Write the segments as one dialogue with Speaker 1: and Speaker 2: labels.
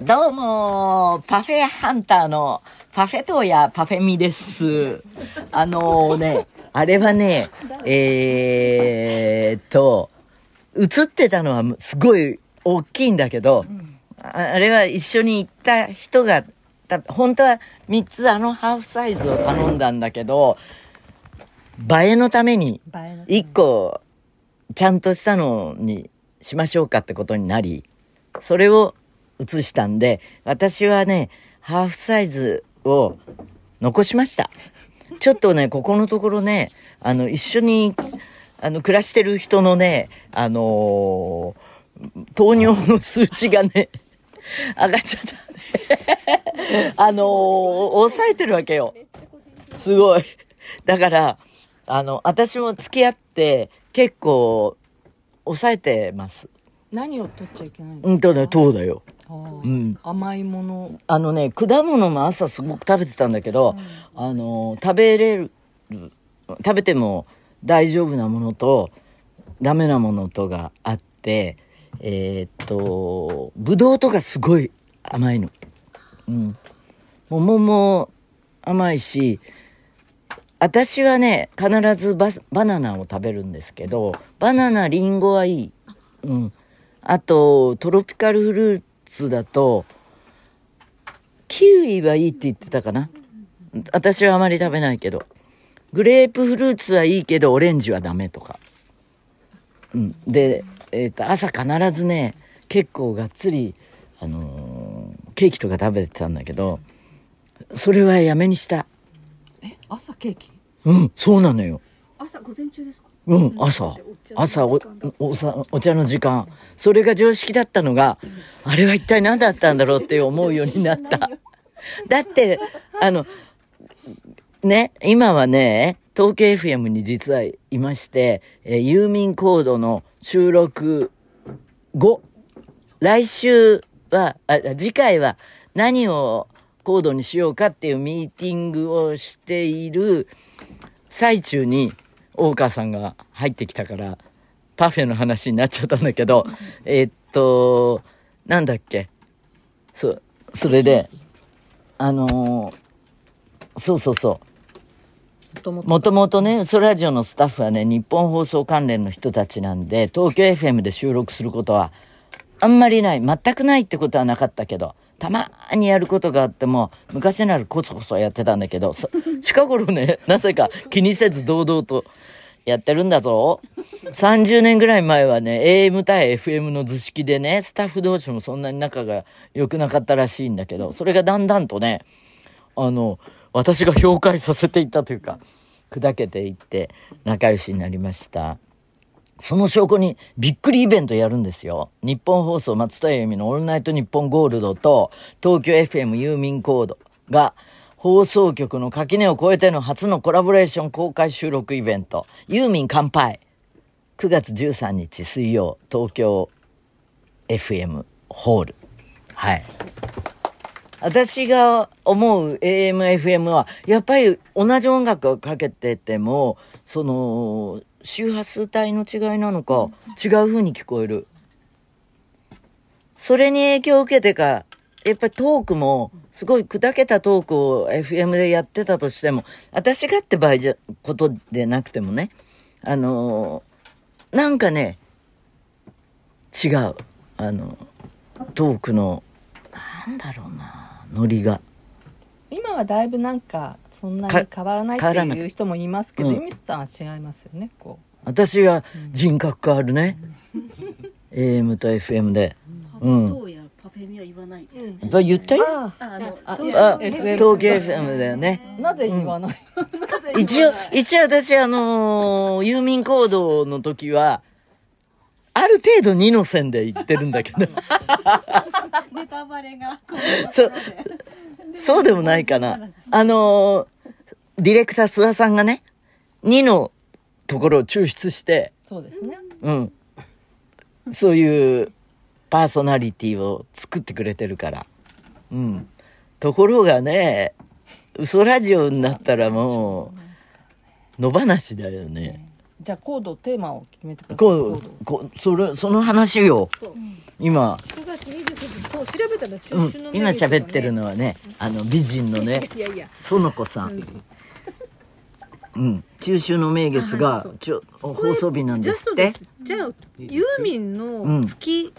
Speaker 1: どうも、パフェハンターのパフェトーヤパフェミです。あのね、あれはね、えーっと、映ってたのはすごい大きいんだけど、ああれは一緒に行った人が、た本当は3つあのハーフサイズを頼んだんだけど、映えのために
Speaker 2: 映えの
Speaker 1: 一個ちゃんとしたのにしましょうかってことになり、それを移したんで、私はね、ハーフサイズを残しました。ちょっとね、ここのところね、あの、一緒に、あの、暮らしてる人のね、あのー糖尿の数値がね、上がっちゃった。あのー抑えてるわけよ。すごい。だから、あの、私も付き合って、結構、抑えてます。
Speaker 2: 何を取っちゃいけないの
Speaker 1: うんとね、糖だよ。
Speaker 2: あー
Speaker 1: うん。
Speaker 2: 甘いもの
Speaker 1: あのね、果物も朝すごく食べてたんだけど、あの、食べれる、食べても大丈夫なものと、ダメなものとがあって、えーっと、ぶどうとかすごい甘いの。うん。桃も甘いし、私はね、必ずバスバナナを食べるんですけど、バナナ、リンゴはいい。うん。あと、トロピカルフルーツだと、キウイはいいって言ってたかな。私はあまり食べないけど。グレープフルーツはいいけど、オレンジはダメとか。うん。で、えっ、と、朝必ずね、結構がっつり、あのーケーキとか食べてたんだけど、それはやめにした。
Speaker 2: え朝ケーキ
Speaker 1: うん、そうなのよ。
Speaker 3: 朝午前中ですか
Speaker 1: うん、朝。朝お、おさ、お茶の時間。それが常識だったのが、あれは一体何だったんだろうって思うようにな った。だって、あの、ね、今はね、東京 FM に実はいまして、えー郵便コードの収録後、来週は、あ、次回は何をコードにしようかっていうミーティングをしている最中に、大川さんが入ってきたから、パフェの話になっちゃったんだけど、えーっと、なんだっけ。そ、それで、あのーそうそうそう。
Speaker 2: もとも
Speaker 1: もともとね、嘘ラジオのスタッフはね、日本放送関連の人たちなんで、東京 FM で収録することは、あんまりない。全くないってことはなかったけど、たまーにやることがあっても、昔ならコソコソやってたんだけど、そ 近頃ね、なぜか気にせず堂々とやってるんだぞ。30年ぐらい前はね、AM 対 FM の図式でね、スタッフ同士もそんなに仲が良くなかったらしいんだけど、それがだんだんとね、あの、私が評価させていったというか、砕けていって仲良しになりました。その証拠にびっくりイベントやるんですよ。日本放送松田由美のオールナイトニッポンゴールドと東京 FM 郵便コードが放送局の垣根を越えての初のコラボレーション公開収録イベント、ユーミン乾杯。9月13日水曜、東京 FM ホール。はい。私が思う AMFM は、やっぱり同じ音楽をかけてても、その、周波数帯の違いなのか、違う風に聞こえる。それに影響を受けてか、やっぱりトークも、すごい砕けたトークを FM でやってたとしても、私がって場合じゃ、ことでなくてもね、あのーなんかね、違う。あの、トークの、なんだろうな、ノリが。
Speaker 2: 今はだいぶなんかそんなに
Speaker 1: か
Speaker 2: 変わらないっ
Speaker 1: 変わら
Speaker 2: て
Speaker 1: ない
Speaker 2: いう人もいますけど
Speaker 1: うん
Speaker 2: ユミスさんは違いますよねこ
Speaker 1: 私は人格変わるね。AM と FM で。
Speaker 3: パフ
Speaker 1: うん
Speaker 3: ェトーやパフェミは言わないですね、
Speaker 1: やっぱ言った
Speaker 2: う
Speaker 1: よ。
Speaker 2: あ
Speaker 3: ああの
Speaker 2: あ
Speaker 3: 東
Speaker 1: あ、
Speaker 3: 京
Speaker 2: FM
Speaker 1: 東京 FM だよね。
Speaker 2: なぜ言わない、
Speaker 1: 一応、一応私、あのー郵便行動の時は、ある程度2の線で言ってるんだけど、
Speaker 3: ネタバレがこ
Speaker 1: そう、そうでもないかな。あのーディレクター諏訪さんがね、2のところを抽出して、
Speaker 2: そうですね
Speaker 1: うん。そういうパーソナリティを作ってくれてるから。うん。ところがね、嘘ラジオになったらもう、野放しだよね。
Speaker 2: じゃあコードテーマを決めてください
Speaker 1: こう、こうそれ、その話を、今、
Speaker 3: う9月29日
Speaker 4: そう調べたら中
Speaker 1: うん
Speaker 4: 秋の、名
Speaker 1: 今
Speaker 4: 月とかね
Speaker 1: 喋ってるのはねあの美人のね
Speaker 4: いやいや
Speaker 1: 園子さん、うん、中秋の名月
Speaker 4: あは
Speaker 1: が
Speaker 4: いそうそう
Speaker 1: ちょ放送日なん
Speaker 4: ジ
Speaker 1: で
Speaker 4: ャ
Speaker 1: す
Speaker 4: ス
Speaker 1: っ
Speaker 4: ト
Speaker 1: て
Speaker 4: ですじゃあユーミン
Speaker 1: ん
Speaker 4: の月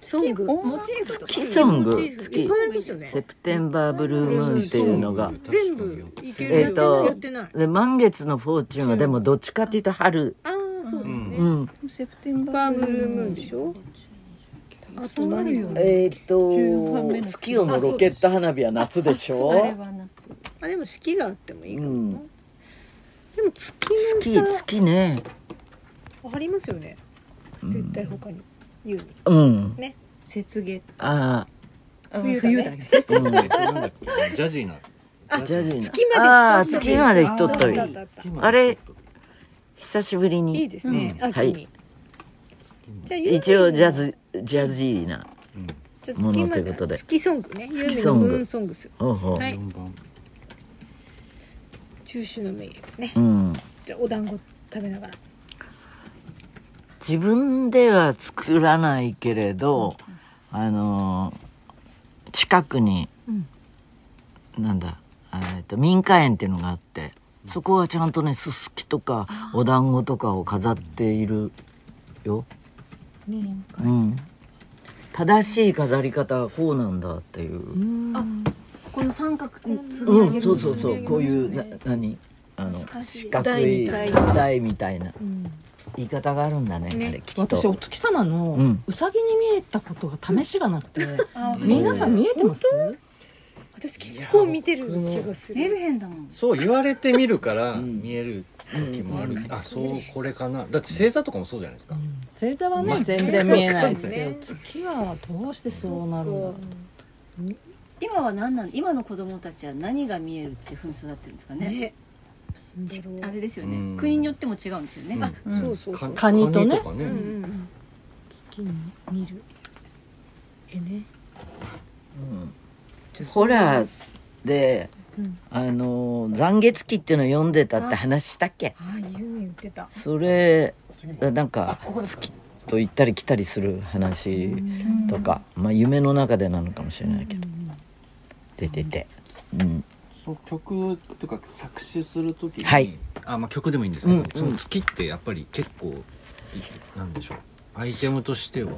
Speaker 4: ソング、
Speaker 2: モチーフとか
Speaker 1: 月ソング
Speaker 4: モチーフい
Speaker 1: 月
Speaker 4: っぱいありますよね
Speaker 1: セプテンバーブルームーンっていうのが
Speaker 4: 全部いける
Speaker 1: え
Speaker 4: や
Speaker 1: っ
Speaker 4: ってないや
Speaker 1: と
Speaker 4: ってない
Speaker 1: で満月のフォーチュンはでもどっちかっていうと春
Speaker 4: ああそうですね、
Speaker 1: うん
Speaker 3: セプテン
Speaker 4: バ
Speaker 3: バ
Speaker 4: ー
Speaker 3: ーブ
Speaker 4: ブル
Speaker 3: ル
Speaker 4: ー
Speaker 3: ー
Speaker 4: ム
Speaker 3: ムー
Speaker 4: ーン
Speaker 3: ン
Speaker 4: で
Speaker 3: で
Speaker 4: し
Speaker 3: し
Speaker 4: ょ
Speaker 3: ょ
Speaker 4: あと何が
Speaker 1: えっ
Speaker 2: 番目
Speaker 1: と
Speaker 2: の
Speaker 1: 月夜のロケット花火は夏でし
Speaker 3: あれ
Speaker 1: ょ
Speaker 3: は夏
Speaker 4: あでも四季があってもいいかもな、
Speaker 1: うん
Speaker 4: でも月
Speaker 1: 月
Speaker 4: の歌
Speaker 1: 月ね
Speaker 4: ありますよね絶対他にユーミ
Speaker 1: うん
Speaker 4: ンね
Speaker 3: 雪月
Speaker 1: あ
Speaker 4: 冬だね
Speaker 2: 冬
Speaker 1: あう
Speaker 2: だね。
Speaker 1: ん
Speaker 5: えっとなんだっけジャジーな
Speaker 1: ジャジーな
Speaker 4: 月まで
Speaker 1: ああ
Speaker 4: 来とった
Speaker 1: 月まで来とっ
Speaker 4: あ
Speaker 1: た
Speaker 4: あ
Speaker 1: よ
Speaker 4: ったあった
Speaker 1: あれ久しぶり
Speaker 4: いい
Speaker 1: に
Speaker 4: ですね、
Speaker 1: うん
Speaker 4: 秋に、
Speaker 1: はい
Speaker 4: じゃあユーミン
Speaker 1: 一応ジャズジャズイーな
Speaker 4: じゃあ月ま
Speaker 1: ものということで
Speaker 4: で月ソングねユーミ
Speaker 1: 月
Speaker 4: ン
Speaker 1: ソ
Speaker 4: の
Speaker 1: ング
Speaker 4: ムーンソングス
Speaker 1: ほうほう
Speaker 4: はい
Speaker 5: 4番
Speaker 4: 中秋の名月ね、
Speaker 1: うん
Speaker 4: じゃあお団子食べながら
Speaker 1: 自分では作らないけれど、あのー近くに、なんだえっと民家園っていうのがあってそこはちゃんとねすすきとかお団子とかを飾っているよ。うん、正しい飾り方はこうなんだっていう。
Speaker 3: この三角このつぶ
Speaker 1: うん、そうそうそう、こういう、な、何、あの、四角い
Speaker 4: 台み
Speaker 1: 台みたいな。言い方があるんだね、あれ、きっと。
Speaker 2: 私お月様
Speaker 1: う
Speaker 2: の
Speaker 1: ん
Speaker 2: うさぎに見えたことが試しがなくて、
Speaker 3: あー
Speaker 2: 皆さん見えてます？
Speaker 4: 私結構見てる気がす
Speaker 3: メル
Speaker 4: る
Speaker 3: ヘンだもん
Speaker 5: そう言われてみるから見える時もあるあそうこれかなだって星座とかもそうじゃないですか
Speaker 2: 星座はね全然見えないですけど、月はどうしてそうなるんだろう。
Speaker 3: 今は何なん今の子供たちは何が見えるって紛争だってるんですかね
Speaker 4: ね
Speaker 3: ちあれですよ
Speaker 5: う
Speaker 3: ね
Speaker 5: ん
Speaker 3: 国によっても違うんですよね、
Speaker 5: うん
Speaker 4: そうそうそう
Speaker 5: か
Speaker 2: カニとね
Speaker 5: カニ
Speaker 4: う
Speaker 5: と
Speaker 4: ん
Speaker 5: かね
Speaker 4: うんうん月に見るえね
Speaker 1: ホラーで、あの、残月期っていうのを読んでたって話したっけ。
Speaker 4: ああユーミン言ってた
Speaker 1: それ、なんか、月と行ったり来たりする話とか、まあ、夢の中でなのかもしれないけど。出てて。うん、
Speaker 5: その曲とか作詞する時に、
Speaker 1: はい
Speaker 5: あまあ、曲でもいいんですけど、
Speaker 1: うんうん
Speaker 5: その月ってやっぱり結構いなんでしょうアイテムとしては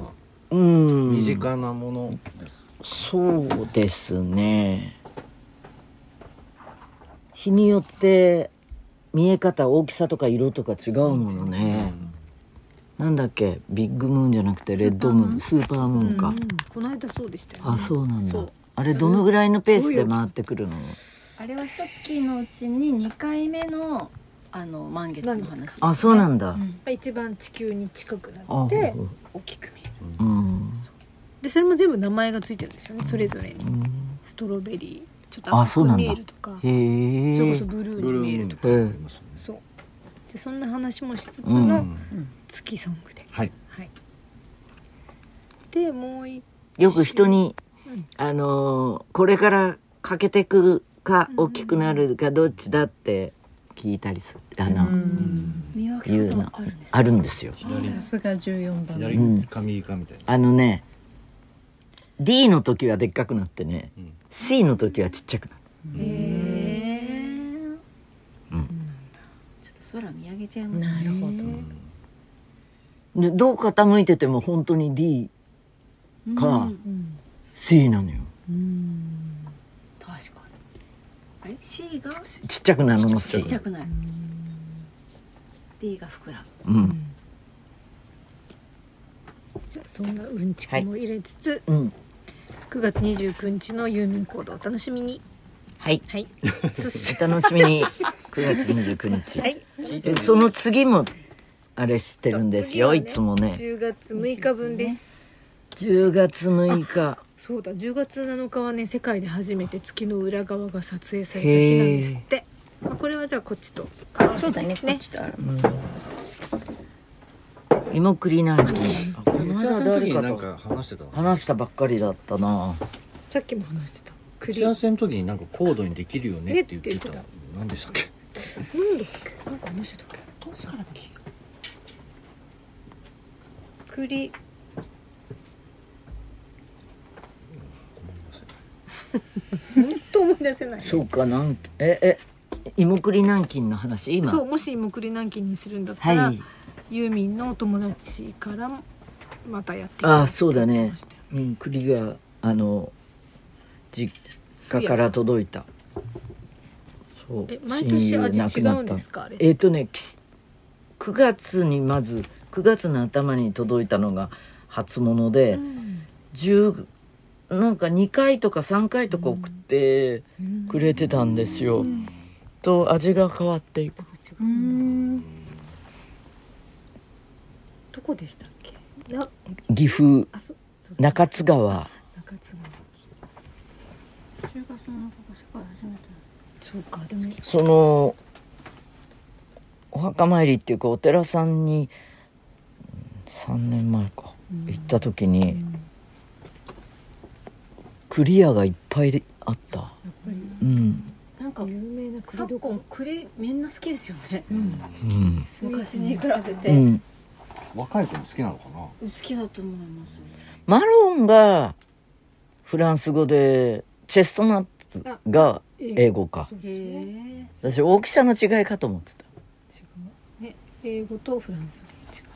Speaker 1: うん、
Speaker 5: 身近なものです、
Speaker 1: そうですね日によって見え方大きさとか色とか違うものねなんだっけビッグムーンじゃなくてレッドムーンスーパームーンか、
Speaker 4: この間そうでしたよ、ね、
Speaker 1: あそうなん
Speaker 4: そ
Speaker 1: だ
Speaker 4: う
Speaker 1: あれどのぐらいのペースで回ってくるの
Speaker 3: あれは一月のうちに二回目のあの満月の話です
Speaker 1: あそうなんだ、
Speaker 4: 一番地球に近くな
Speaker 1: あ
Speaker 4: って
Speaker 1: ほう
Speaker 4: 大きく見える
Speaker 1: うん
Speaker 4: でそれも全部名前がついてるんですよねそれぞれにストロベリーちょっと
Speaker 1: あそうな
Speaker 4: 赤く
Speaker 1: んだ
Speaker 4: 見えるとか
Speaker 1: へ
Speaker 4: それ
Speaker 1: え
Speaker 4: こそブル
Speaker 5: ブ
Speaker 4: ー
Speaker 5: ル
Speaker 4: に見え
Speaker 5: ー
Speaker 4: る
Speaker 5: ムーン
Speaker 4: と
Speaker 5: と
Speaker 4: か
Speaker 5: かありますよね
Speaker 4: そうでそんな話もしつつ
Speaker 1: う
Speaker 4: の
Speaker 5: うん
Speaker 4: 月ソングで、
Speaker 5: はい
Speaker 4: はいでもう一
Speaker 1: よく人に
Speaker 4: うん
Speaker 1: あのーこれから欠けてくか大きくなるかどっちだって聞いたりするあの、
Speaker 3: 見分
Speaker 1: い
Speaker 3: け
Speaker 1: う
Speaker 3: 方
Speaker 1: の
Speaker 3: があるんです
Speaker 1: あるんですよ
Speaker 5: 左
Speaker 2: すが十四番。
Speaker 5: 左か右かみたいな、
Speaker 1: あのね D の時はでっかくなってね、
Speaker 5: うん
Speaker 1: C の時はちっちゃくなる
Speaker 3: へーちょっと空見上げちゃいますね
Speaker 2: ほど。
Speaker 1: でどう傾いてても本当に D
Speaker 3: うん
Speaker 1: か、C なのよ
Speaker 3: 確かにあれ C がち
Speaker 1: ちっちゃくなるのも C
Speaker 3: っちゃくなる D が膨らむ
Speaker 1: うん、
Speaker 4: じゃあそんなうんちくも入れつつ、
Speaker 1: うん、
Speaker 4: 9月29日のユーミン行動お楽しみに
Speaker 1: はい
Speaker 4: はいそして
Speaker 1: お楽しみに9月29日、
Speaker 4: はい
Speaker 1: でその次もあれしてるんですよ、
Speaker 4: 次はね
Speaker 1: いつもね
Speaker 4: 10月6日分です、
Speaker 1: 10月6日
Speaker 4: そうだ10月7日はね世界で初めて月の裏側が撮影された日なんですって、まあ、これはじゃあこっちと合わせてね
Speaker 1: 芋栗なんかこの
Speaker 5: 打ち合
Speaker 1: 間
Speaker 5: わせの時
Speaker 1: 誰
Speaker 5: に
Speaker 1: か
Speaker 5: なん
Speaker 1: と
Speaker 5: か話してたの
Speaker 1: 話したばっかりだったな
Speaker 4: さっきも話してた
Speaker 5: 打
Speaker 4: クリ
Speaker 5: ち合
Speaker 4: な
Speaker 5: わ
Speaker 4: んだ
Speaker 5: せの時になんか高度にできるよねって言ってた
Speaker 4: ねって言っ
Speaker 5: 何でしたっけ
Speaker 4: っけなんか話してたっけどうからだっけクリ 本当思い出せない
Speaker 1: そうかなんええ芋栗南京の話今
Speaker 4: そうもしも栗南京にするんだったら、
Speaker 1: はい
Speaker 4: ユーミンのお友達からもまたやって
Speaker 1: あそうだね
Speaker 4: ましたよ
Speaker 1: うん栗があの実家から届いたそう
Speaker 4: え毎年味違うんですかあれ
Speaker 1: えっ、とねき9月にまず9月の頭に届いたのが初物で、10なんか2回とか3回とか送ってくれてたんですよ、と味が変わっていく
Speaker 4: どこでしたっけな
Speaker 1: 岐阜
Speaker 4: あそそうだ
Speaker 1: 中津川
Speaker 4: 中津川
Speaker 3: 中華そんなことしか初めて
Speaker 4: そうかでも
Speaker 1: そのお墓参りっていうかお寺さんに3年前か行った時に、クリアがいっぱいあった、うん
Speaker 3: なんか
Speaker 4: 有名な栗
Speaker 3: 昨
Speaker 4: どこ
Speaker 3: 今栗みんな好きですよね
Speaker 1: うん
Speaker 3: 昔に比べて、
Speaker 1: う
Speaker 3: 好
Speaker 1: ん、
Speaker 5: 若い子も好きなのかな
Speaker 3: きだと思います
Speaker 1: マロンがフランス語でチェストナッツが英語か
Speaker 4: そうです
Speaker 3: へ
Speaker 4: ね
Speaker 3: え
Speaker 1: 私大きさの違いかと思ってた
Speaker 4: 違うね英語とフランス語違う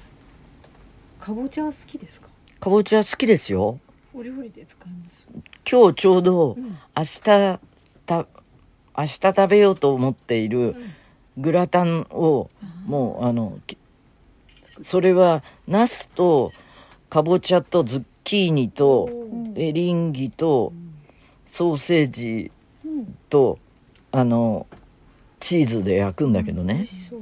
Speaker 4: かぼちゃは好きですか
Speaker 1: かぼちゃ好きですよ
Speaker 4: お料理で使います
Speaker 1: 今日ちょうど明日た明日食べようと思っているグラタンをもうあのきそれはナスとかぼちゃとズッキーニとエリンギとソーセージとあのチーズで焼くんだけどね
Speaker 4: そう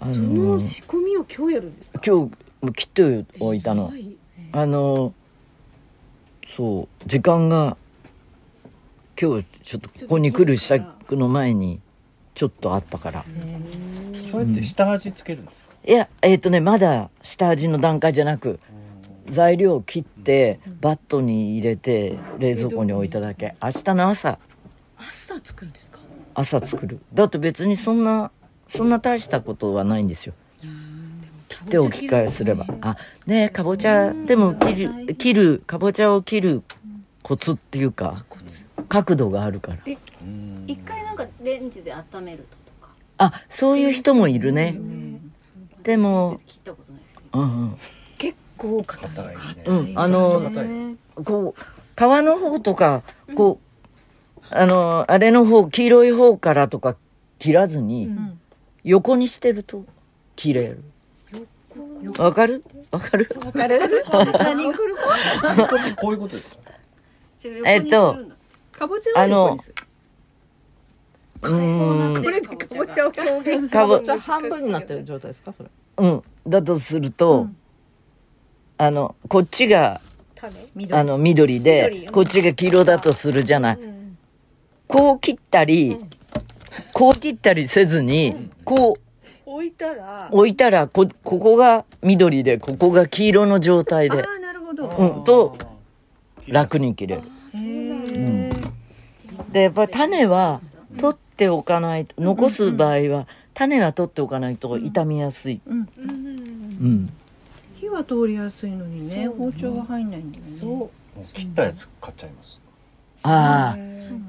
Speaker 1: あ
Speaker 4: そ
Speaker 1: の
Speaker 4: の仕込みを今日やるんですか
Speaker 1: 今日切っておいたの
Speaker 4: は。い
Speaker 1: あのそう時間が今日ちょっとここに来る支度の前にちょっとあったから
Speaker 5: それって下味つけるんですか、
Speaker 1: いやえっ、とねまだ下味の段階じゃなく材料を切ってバットに入れて冷蔵庫に置いただけ明日の朝
Speaker 4: 朝作るんですか
Speaker 1: 朝作るだって別にそんなそんな大したことはないんですよ切って置き換えすればあねえかぼちゃでも切る切るかぼちゃを切るコツっていうか角度があるから
Speaker 5: うん
Speaker 3: 一回なんかレンジで温めるととか
Speaker 1: あそういう人もいるねでも
Speaker 3: 切ったことないですけど
Speaker 1: うん
Speaker 4: 結構硬い
Speaker 5: 硬いね、
Speaker 1: うん、うん、あの
Speaker 5: 硬い
Speaker 1: こう皮の方とかこうあのあれの方黄色い方からとか切らずに
Speaker 4: ん
Speaker 1: 横にしてると切れるわかるわかる
Speaker 4: 何来るか
Speaker 5: 本当にこういうことですか
Speaker 3: 違う
Speaker 1: えっと
Speaker 3: 横にするんだ
Speaker 4: かぼちゃ
Speaker 1: あ
Speaker 4: は
Speaker 1: の
Speaker 4: 横にする
Speaker 1: うーん
Speaker 4: これでかぼちゃを表現する
Speaker 1: かぼ
Speaker 2: じゃあ半分になってる状態ですかそれ
Speaker 1: うん、だとすると、あのこっちが
Speaker 4: 種
Speaker 1: あの緑でこっちが黄色だとするじゃない、
Speaker 4: ん
Speaker 1: こう切ったり、こう切ったりせずに、こう
Speaker 4: 置いたら
Speaker 1: 置いたらこここが緑でここが黄色の状態で
Speaker 4: あ、あなるほど
Speaker 1: うん、と楽に切れる。でやっぱり種は取っておかないと残す場合は種は取っておかないと傷みやすい。うん
Speaker 6: 火は通りやすいのにね包丁が入んないんだよね
Speaker 4: そう
Speaker 5: もう切ったやつ買っちゃいます
Speaker 1: ああ、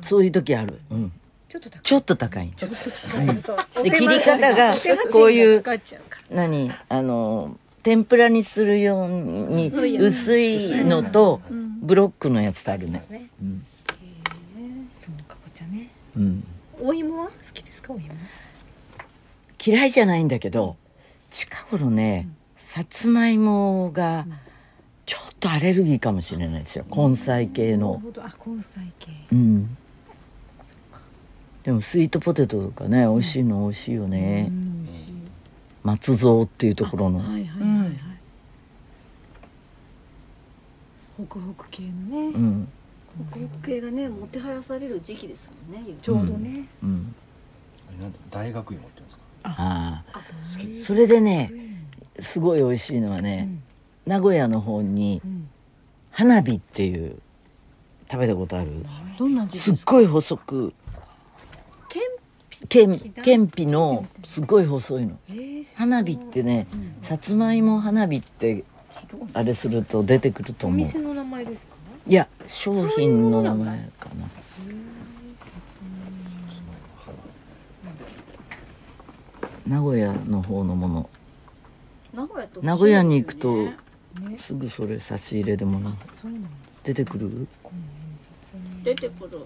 Speaker 1: そういう時ある。うん。
Speaker 4: ちょっと高い
Speaker 1: ちょっと高い。
Speaker 4: ちょっと高いそう
Speaker 1: で
Speaker 4: お手間
Speaker 1: 切り方が
Speaker 4: お手間賃
Speaker 1: こういう
Speaker 4: かかっちゃうから
Speaker 1: 何あの、天ぷらにするように薄いのとブロックのやつとあるね。うん。
Speaker 4: そうかぼちゃね
Speaker 1: うん。
Speaker 4: お芋は好きですかお芋
Speaker 1: 嫌いじゃないんだけど、近頃ね、さつまいもがちょっとアレルギーかもしれないですよ。根菜系
Speaker 4: なる
Speaker 1: の。
Speaker 4: ほどあ根菜系
Speaker 1: うん。でもスイートポテトとかね、美味しいの美味しいよね。
Speaker 4: うん美味しい
Speaker 1: 松蔵っていうところの。
Speaker 4: はいはいはいはいホクホク系の
Speaker 1: う
Speaker 4: ね
Speaker 1: ん。
Speaker 3: 北国系がねもてはやされる時期ですもんね
Speaker 4: ちょうどね
Speaker 1: うん。
Speaker 5: あれなんて大学芋って言うんですか
Speaker 1: ああ
Speaker 5: 好き
Speaker 1: それでねすごい美味しいのはね、名古屋の方に花火っていう食べたことある
Speaker 6: どんな味
Speaker 1: すっごい細くけんけんぴのすっごい細いの
Speaker 4: えー
Speaker 1: 花火ってねさつまいも花火ってあれすると出てくると
Speaker 4: お
Speaker 1: 思う
Speaker 4: 店の名前ですか
Speaker 1: いや商品の名前かな名古屋の方のもの
Speaker 3: 名古屋と
Speaker 1: 名古屋に行くとすぐそれ差し入れでもらう出てくる
Speaker 3: 出てくる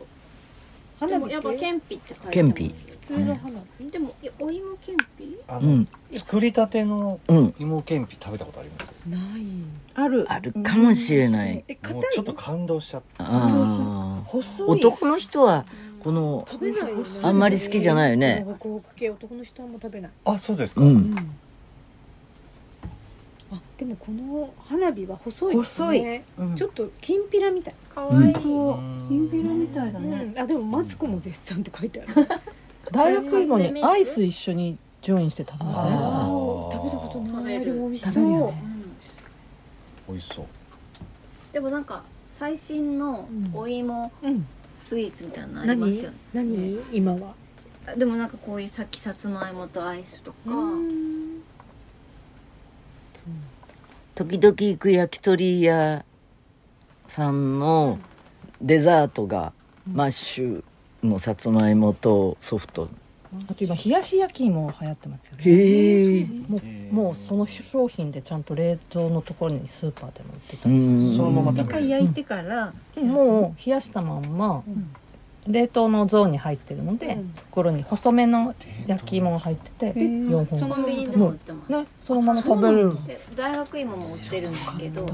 Speaker 3: でもやっぱケンピって書いて
Speaker 1: ケ
Speaker 3: ある
Speaker 1: ンピ
Speaker 4: 普通の花
Speaker 3: でもえお芋ケンピ
Speaker 5: あ
Speaker 1: う
Speaker 5: の
Speaker 1: ん
Speaker 5: 作りたての
Speaker 1: うん
Speaker 5: 芋けんぴ食べたことあります
Speaker 4: ない
Speaker 6: ある
Speaker 1: あるかもしれない
Speaker 4: え硬い
Speaker 5: もうちょっと感動しちゃった
Speaker 1: ああ
Speaker 6: 細い
Speaker 1: 男の人はこの
Speaker 4: 食べないよね
Speaker 1: あんまり好きじゃないよね
Speaker 4: 北欧系男の人はあんま食べない
Speaker 5: あそうですか、
Speaker 1: うん
Speaker 4: あでもこの花火は細いです
Speaker 6: 細い
Speaker 4: ね、
Speaker 6: うん
Speaker 4: ちょっときんぴらみたい、
Speaker 3: かわいい、
Speaker 6: こうきんぴらみたいだ
Speaker 4: う
Speaker 6: ね、
Speaker 4: ん、あでもマツコも絶賛って書いてある
Speaker 2: 大学芋にアイス一緒にジョインして食べません
Speaker 5: あー
Speaker 4: 食べたこと
Speaker 3: 食
Speaker 4: な
Speaker 3: べ
Speaker 4: い
Speaker 3: る
Speaker 4: あれも美味し
Speaker 2: 食べ
Speaker 4: そう、
Speaker 2: るよね
Speaker 3: うん
Speaker 5: 美味しそう
Speaker 3: でもなんか最新のお芋
Speaker 4: うん
Speaker 3: スイーツみたいなのありま
Speaker 4: 何
Speaker 3: すよね、
Speaker 4: 何今は
Speaker 3: でもなんかこういうさっきさつまいもとアイスとか、
Speaker 4: うん
Speaker 1: 時々行く焼き鳥屋さんのデザートがマッシュのさつまいもとソフト
Speaker 2: あと今冷やし焼き芋流行ってますよね
Speaker 1: へえ
Speaker 2: もうもうその商品でちゃんと冷蔵のところにスーパーでも売ってた
Speaker 1: うんん
Speaker 5: そのまま
Speaker 6: 一
Speaker 5: 食べ
Speaker 6: 回
Speaker 5: る
Speaker 6: 焼いてから、
Speaker 2: ですもう冷やしたまんま
Speaker 4: ん
Speaker 2: 冷凍のゾーンに入ってるので、
Speaker 4: うん
Speaker 2: 袋に細めの焼き芋が入ってて
Speaker 4: へー
Speaker 2: 4
Speaker 4: そ
Speaker 2: 本
Speaker 4: の
Speaker 3: コンビニでも売ってます、
Speaker 2: ねそのまま食べれる
Speaker 3: で大学芋も売ってるんですけど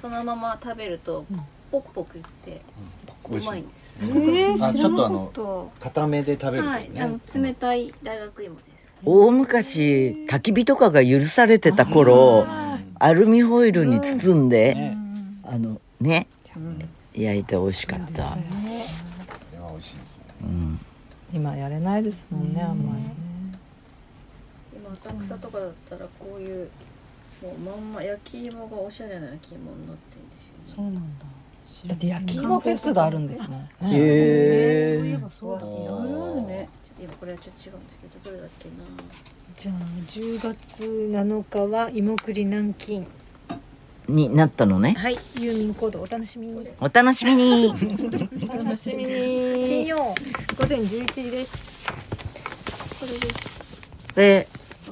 Speaker 3: そのまま食べるとポクポクいって
Speaker 5: 美
Speaker 3: う
Speaker 5: 味し
Speaker 3: まい
Speaker 5: い
Speaker 3: んです、
Speaker 4: え
Speaker 5: あ
Speaker 4: ー、知
Speaker 5: ち
Speaker 4: ら
Speaker 5: ょ
Speaker 4: な
Speaker 5: っと
Speaker 4: か
Speaker 5: あの
Speaker 4: った
Speaker 5: 固めで食べると
Speaker 3: は
Speaker 5: ね、
Speaker 3: いあの冷たい大学芋です
Speaker 1: 大昔焚き火とかが許されてた頃アルミホイルに包んで
Speaker 5: ね
Speaker 1: あのね
Speaker 6: うん
Speaker 1: 焼いて美味しかった
Speaker 5: これは美味しいですね
Speaker 1: うん
Speaker 2: 今やれないですもんねあんまりね
Speaker 3: 今浅草とかだったらこういうもうまんま焼き芋がおしゃれな焼き芋になってるんですよね
Speaker 2: だって焼き芋フェスがあるんですね
Speaker 1: へえ
Speaker 4: そういえばそうだ
Speaker 5: い
Speaker 3: いろいろあるねちょっと今これはちょっと違うんですけどどれだっけな
Speaker 4: じゃあ10月7日は芋栗南京
Speaker 1: になったのね
Speaker 4: はい郵便コードお楽しみに
Speaker 1: お楽しみに
Speaker 4: お楽しみに金曜午前11時です
Speaker 3: これです
Speaker 1: で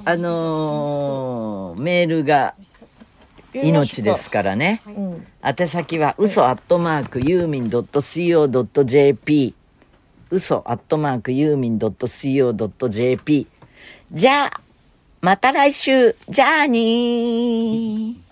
Speaker 1: あのーメールが命ですからね
Speaker 2: うん
Speaker 1: 宛先は嘘アットマークユーミン .co.jp 嘘アットマークユーミン .co.jp じゃあまた来週じゃあにー